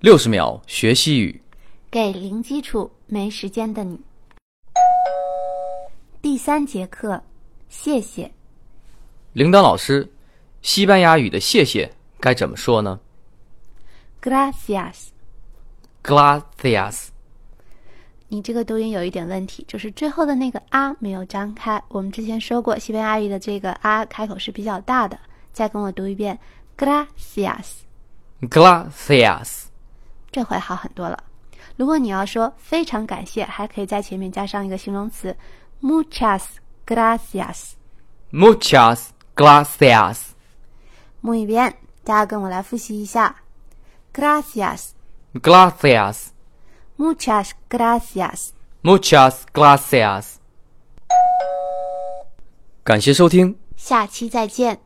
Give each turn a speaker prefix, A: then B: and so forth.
A: 六十秒学西语。
B: 给零基础没时间的你。第三节课，谢谢。
A: 铃铛老师，西班牙语的“谢谢”该怎么说呢
B: Gracias。
A: ？Gracias。
B: 你这个读音有一点问题，就是最后的那个啊没有张开。我们之前说过，西班牙语的这个啊开口是比较大的。再跟我读一遍，gracias，
A: Gracias。
B: 这回好很多了。如果你要说非常感谢，还可以在前面加上一个形容词，muchas gracias。
A: Muchas gracias。
B: Muy bien，大家跟我来复习一下，gracias。
A: Gracias。
B: Muchas gracias。
A: Muchas gracias。感谢收听。
B: 下期再见。